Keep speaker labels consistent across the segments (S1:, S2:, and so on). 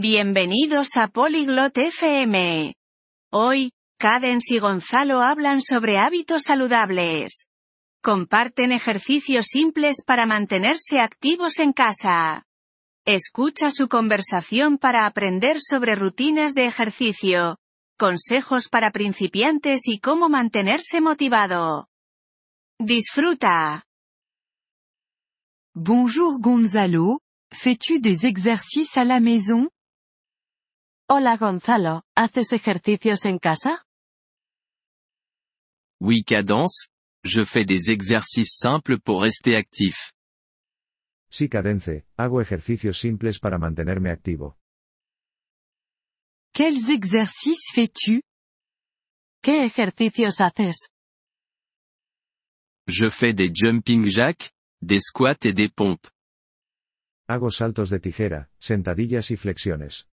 S1: Bienvenidos a Polyglot FM. Hoy, Cadence y Gonzalo hablan sobre hábitos saludables. Comparten ejercicios simples para mantenerse activos en casa. Escucha su conversación para aprender sobre rutinas de ejercicio, consejos para principiantes y cómo mantenerse motivado. Disfruta.
S2: Bonjour Gonzalo, fais-tu des exercices à la maison
S3: Hola Gonzalo, ¿haces ejercicios en casa?
S4: Oui Cadence, je fais des exercices simples pour rester actif.
S5: Sí, Cadence, hago ejercicios simples para mantenerme activo.
S2: Quels exercices fais-tu
S3: ¿Qué ejercicios haces?
S4: Je fais des jumping jacks, des squats et des pompes.
S5: Hago saltos de tijera, sentadillas y flexiones.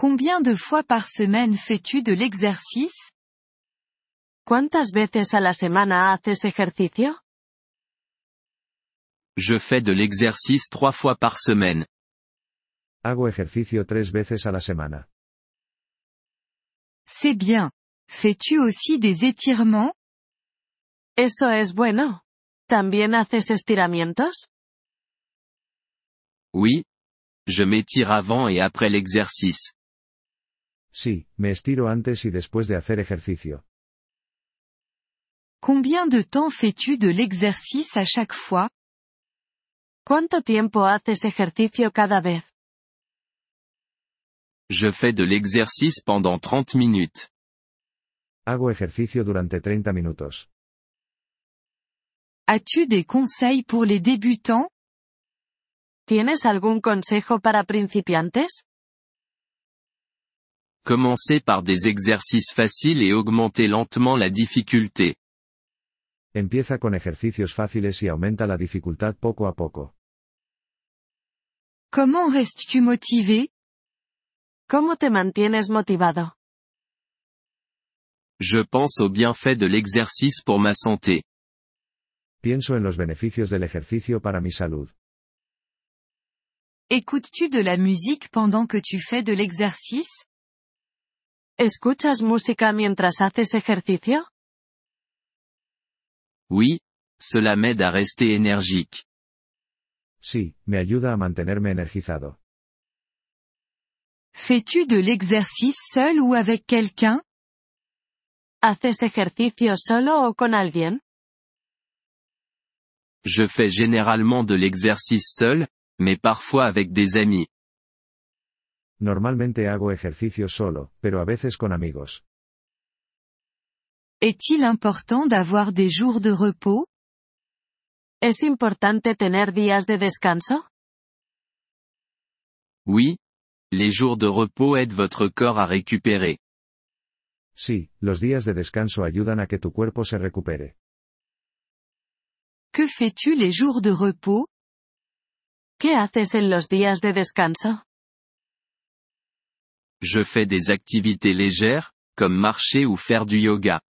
S2: Combien de fois par semaine fais-tu de l'exercice
S3: ¿Cuántas veces a la semana haces ejercicio?
S4: Je fais de l'exercice trois fois par semaine.
S5: Hago ejercicio tres veces a la semana.
S2: C'est bien. Fais-tu aussi des étirements
S3: Eso es bueno. ¿También haces estiramientos?
S4: Oui. Je m'étire avant et après l'exercice.
S5: Sí, me estiro antes y después de hacer ejercicio.
S2: Combien de temps fais-tu de l'exercice à chaque fois
S3: ¿Cuánto tiempo haces ejercicio cada vez?
S4: Je fais de l'exercice pendant 30 minutes.
S5: Hago ejercicio durante 30 minutos.
S2: As-tu des conseils pour les débutants
S3: ¿Tienes algún consejo para principiantes?
S4: Commencez par des exercices faciles et augmentez lentement la difficulté.
S5: Empieza con ejercicios fáciles y aumenta la dificultad poco a poco.
S2: Comment restes-tu motivé
S3: ¿Cómo te mantienes motivado?
S4: Je pense aux bienfaits de l'exercice pour ma santé.
S5: Pienso en los beneficios del ejercicio para mi salud.
S2: Écoutes-tu de la musique pendant que tu fais de l'exercice
S3: ¿Escuchas música mientras haces ejercicio?
S4: Oui, cela m'aide à rester énergique.
S5: Sí, me ayuda a mantenerme energizado.
S2: Fais-tu de l'exercice seul ou avec quelqu'un
S3: ¿Haces ejercicio solo o con alguien?
S4: Je fais généralement de l'exercice seul, mais parfois avec des amis.
S5: Normalmente hago ejercicio solo, pero a veces con amigos.
S2: Est-il important d'avoir des jours de repos
S3: ¿Es importante tener días de descanso?
S4: Oui. Les jours de repos aident votre corps à récupérer.
S5: Sí, los días de descanso ayudan a que tu cuerpo se recupere.
S2: Que fais-tu les jours de repos
S3: ¿Qué haces en los días de descanso?
S4: Je fais des activités légères, comme marcher ou faire du yoga.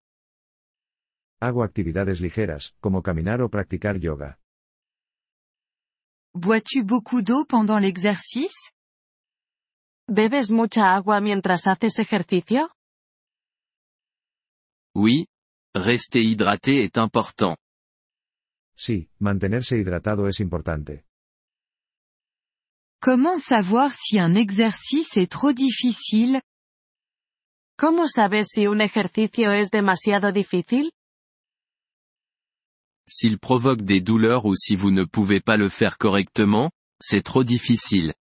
S5: Hago actividades ligeras, como caminar o practicar yoga.
S2: Bois-tu beaucoup d'eau pendant l'exercice
S3: ¿Bebes mucha agua mientras haces ejercicio?
S4: Oui. Rester hydraté est important.
S5: Sí, mantenerse hidratado es importante.
S2: Comment savoir si un exercice est trop difficile
S3: ¿Cómo sabes si un ejercicio es demasiado difícil?
S4: S'il provoque des douleurs ou si vous ne pouvez pas le faire correctement, c'est trop difficile.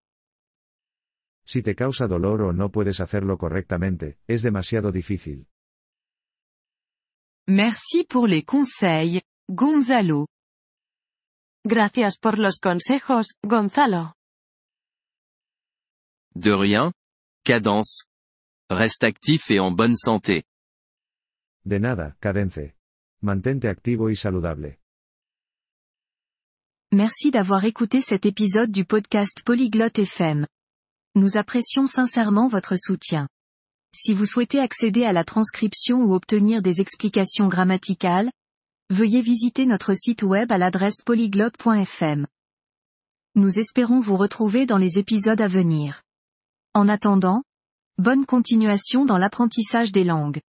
S5: Si te causa dolor o no puedes hacerlo correctamente, es demasiado difícil.
S2: Merci pour les conseils, Gonzalo.
S3: Gracias por los consejos, Gonzalo.
S4: De rien. Cadence. Reste actif et en bonne santé.
S5: De nada, cadence. Mantente activo y saludable.
S6: Merci d'avoir écouté cet épisode du podcast Polyglotte FM. Nous apprécions sincèrement votre soutien. Si vous souhaitez accéder à la transcription ou obtenir des explications grammaticales, veuillez visiter notre site web à l'adresse polyglotte.fm.
S2: Nous espérons vous retrouver dans les épisodes à venir. En attendant, bonne continuation dans l'apprentissage des langues.